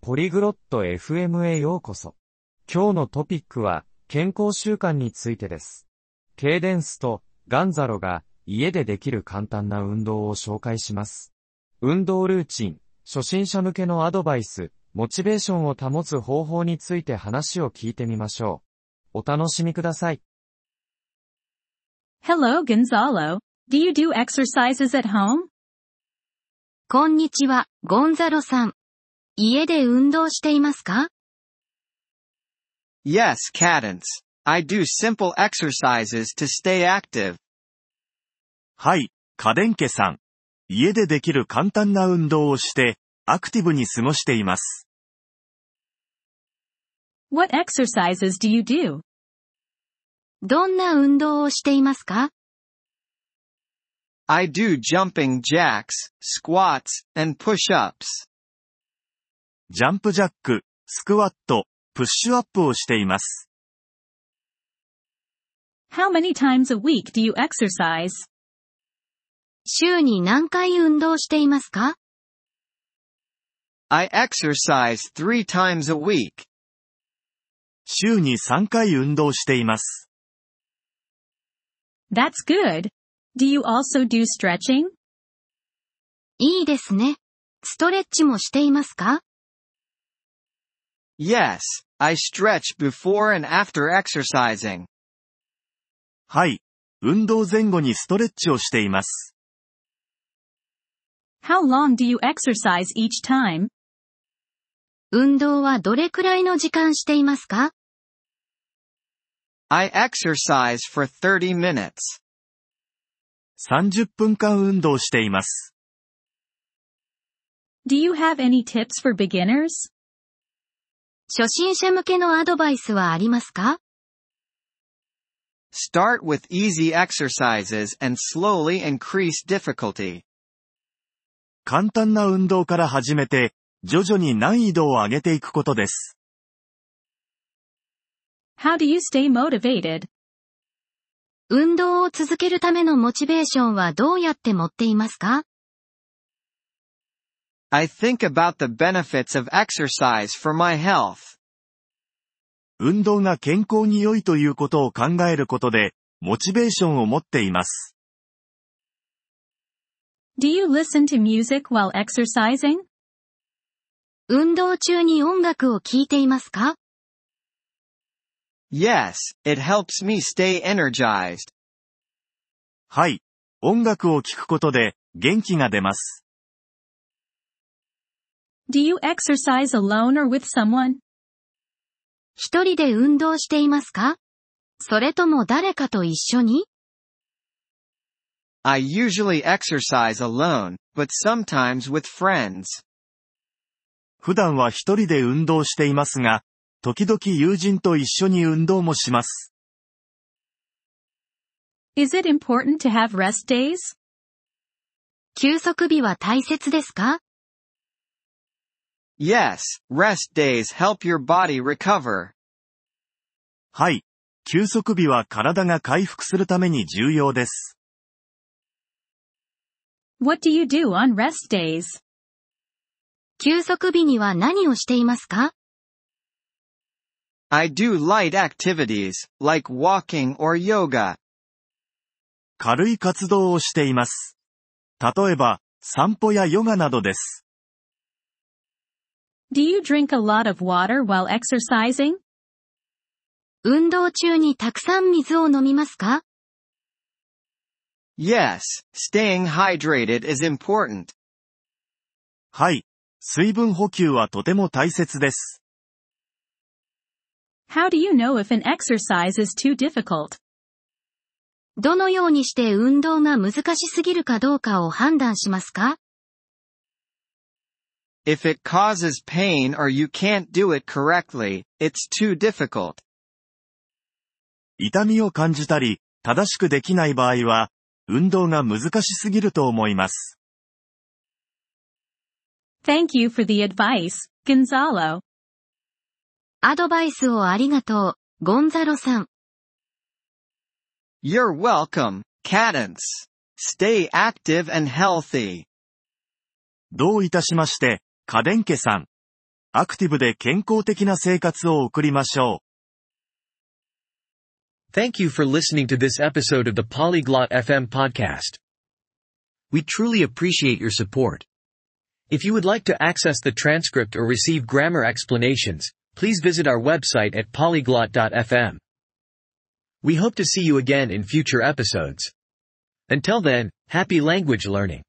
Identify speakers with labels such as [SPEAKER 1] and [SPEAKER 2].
[SPEAKER 1] ポリグロット FM へようこそ。今日のトピックは、健康習慣についてです。ケイデンスとガンザロが家でできる簡単な運動を紹介します。運動ルーチン、初心者向けのアドバイス、モチベーションを保つ方法について話を聞いてみましょう。お楽しみください。
[SPEAKER 2] Hello Gonzalo, do you do exercises at home?
[SPEAKER 3] こんにちは、ゴンザロさん。家で運動していますか
[SPEAKER 4] ?Yes, Cadence. I do simple exercises to stay active.
[SPEAKER 5] はい、家電家さん。家でできる簡単な運動をして、アクティブに過ごしています。
[SPEAKER 2] What exercises do you do?
[SPEAKER 3] どんな運動をしていますか
[SPEAKER 4] I do jumping jacks, squats, and push-ups.
[SPEAKER 5] ジャンプジャック、スクワット、プッシュアップをしています。
[SPEAKER 2] How many times a week do you exercise?
[SPEAKER 3] 週に何回運動していますか
[SPEAKER 4] ?I exercise three times a week.
[SPEAKER 5] 週に3回運動しています。
[SPEAKER 2] That's good. Do you also do stretching?
[SPEAKER 3] いいですね。ストレッチもしていますか
[SPEAKER 4] ?Yes, I stretch before and after exercising.
[SPEAKER 5] はい。運動前後にストレッチをしています。
[SPEAKER 2] How long do you exercise each time?
[SPEAKER 3] 運動はどれくらいの時間していますか
[SPEAKER 4] ?I exercise for 30 minutes.
[SPEAKER 5] 30分間運動しています。
[SPEAKER 2] Do you have any tips for beginners?
[SPEAKER 3] 初心者向けのアドバイスはありますか
[SPEAKER 4] ?Start with easy exercises and slowly increase difficulty.
[SPEAKER 5] 簡単な運動から始めて、徐々に難易度を上げていくことです。
[SPEAKER 2] How do you stay motivated?
[SPEAKER 3] 運動を続けるためのモチベーションはどうやって持っていますか
[SPEAKER 4] ?I think about the benefits of exercise for my health.
[SPEAKER 5] 運動が健康に良いということを考えることで、モチベーションを持っています。
[SPEAKER 2] Do you listen to music while exercising?
[SPEAKER 3] 運動中に音楽を聴いていますか
[SPEAKER 4] Yes, it helps me stay energized.
[SPEAKER 5] はい。音楽を聴くことで元気が出ます。
[SPEAKER 2] Do you exercise alone or with someone?
[SPEAKER 3] 一人で運動していますかそれとも誰かと一緒に
[SPEAKER 4] ?I usually exercise alone, but sometimes with friends.
[SPEAKER 5] 普段は一人で運動していますが、時々友人と一緒に運動もします。
[SPEAKER 2] Is it important to have rest days?
[SPEAKER 3] 休息日は大切ですか
[SPEAKER 4] ?Yes, rest days help your body recover.
[SPEAKER 5] はい。休息日は体が回復するために重要です。
[SPEAKER 2] What do you do on rest days?
[SPEAKER 3] 休息日には何をしていますか
[SPEAKER 4] I do light activities, like walking or yoga.
[SPEAKER 5] 軽い活動をしています。例えば、散歩やヨガなどです。
[SPEAKER 2] Do you drink a lot of water while exercising?
[SPEAKER 3] 運動中にたくさん水を飲みますか
[SPEAKER 4] ?Yes, staying hydrated is important.
[SPEAKER 5] はい、水分補給はとても大切です。
[SPEAKER 2] How do you know if an exercise is too difficult?
[SPEAKER 3] どのようにして運動が難しすぎるかどうかを判断しますか
[SPEAKER 4] ?If it causes pain or you can't do it correctly, it's too difficult.
[SPEAKER 5] 痛みを感じたり、正しくできない場合は、運動が難しすぎると思います。
[SPEAKER 2] Thank you for the advice, Gonzalo.
[SPEAKER 3] アドバイスをありがとう、ゴンザロさん。
[SPEAKER 4] You're welcome, Cadence. Stay active and healthy.
[SPEAKER 5] どういたしまして、家電家さん。アクティブで健康的な生活を送りましょう。
[SPEAKER 6] Thank you for listening to this episode of the Polyglot FM podcast. We truly appreciate your support. If you would like to access the transcript or receive grammar explanations, please visit our website at polyglot.fm. We hope to see you again in future episodes. Until then, happy language learning.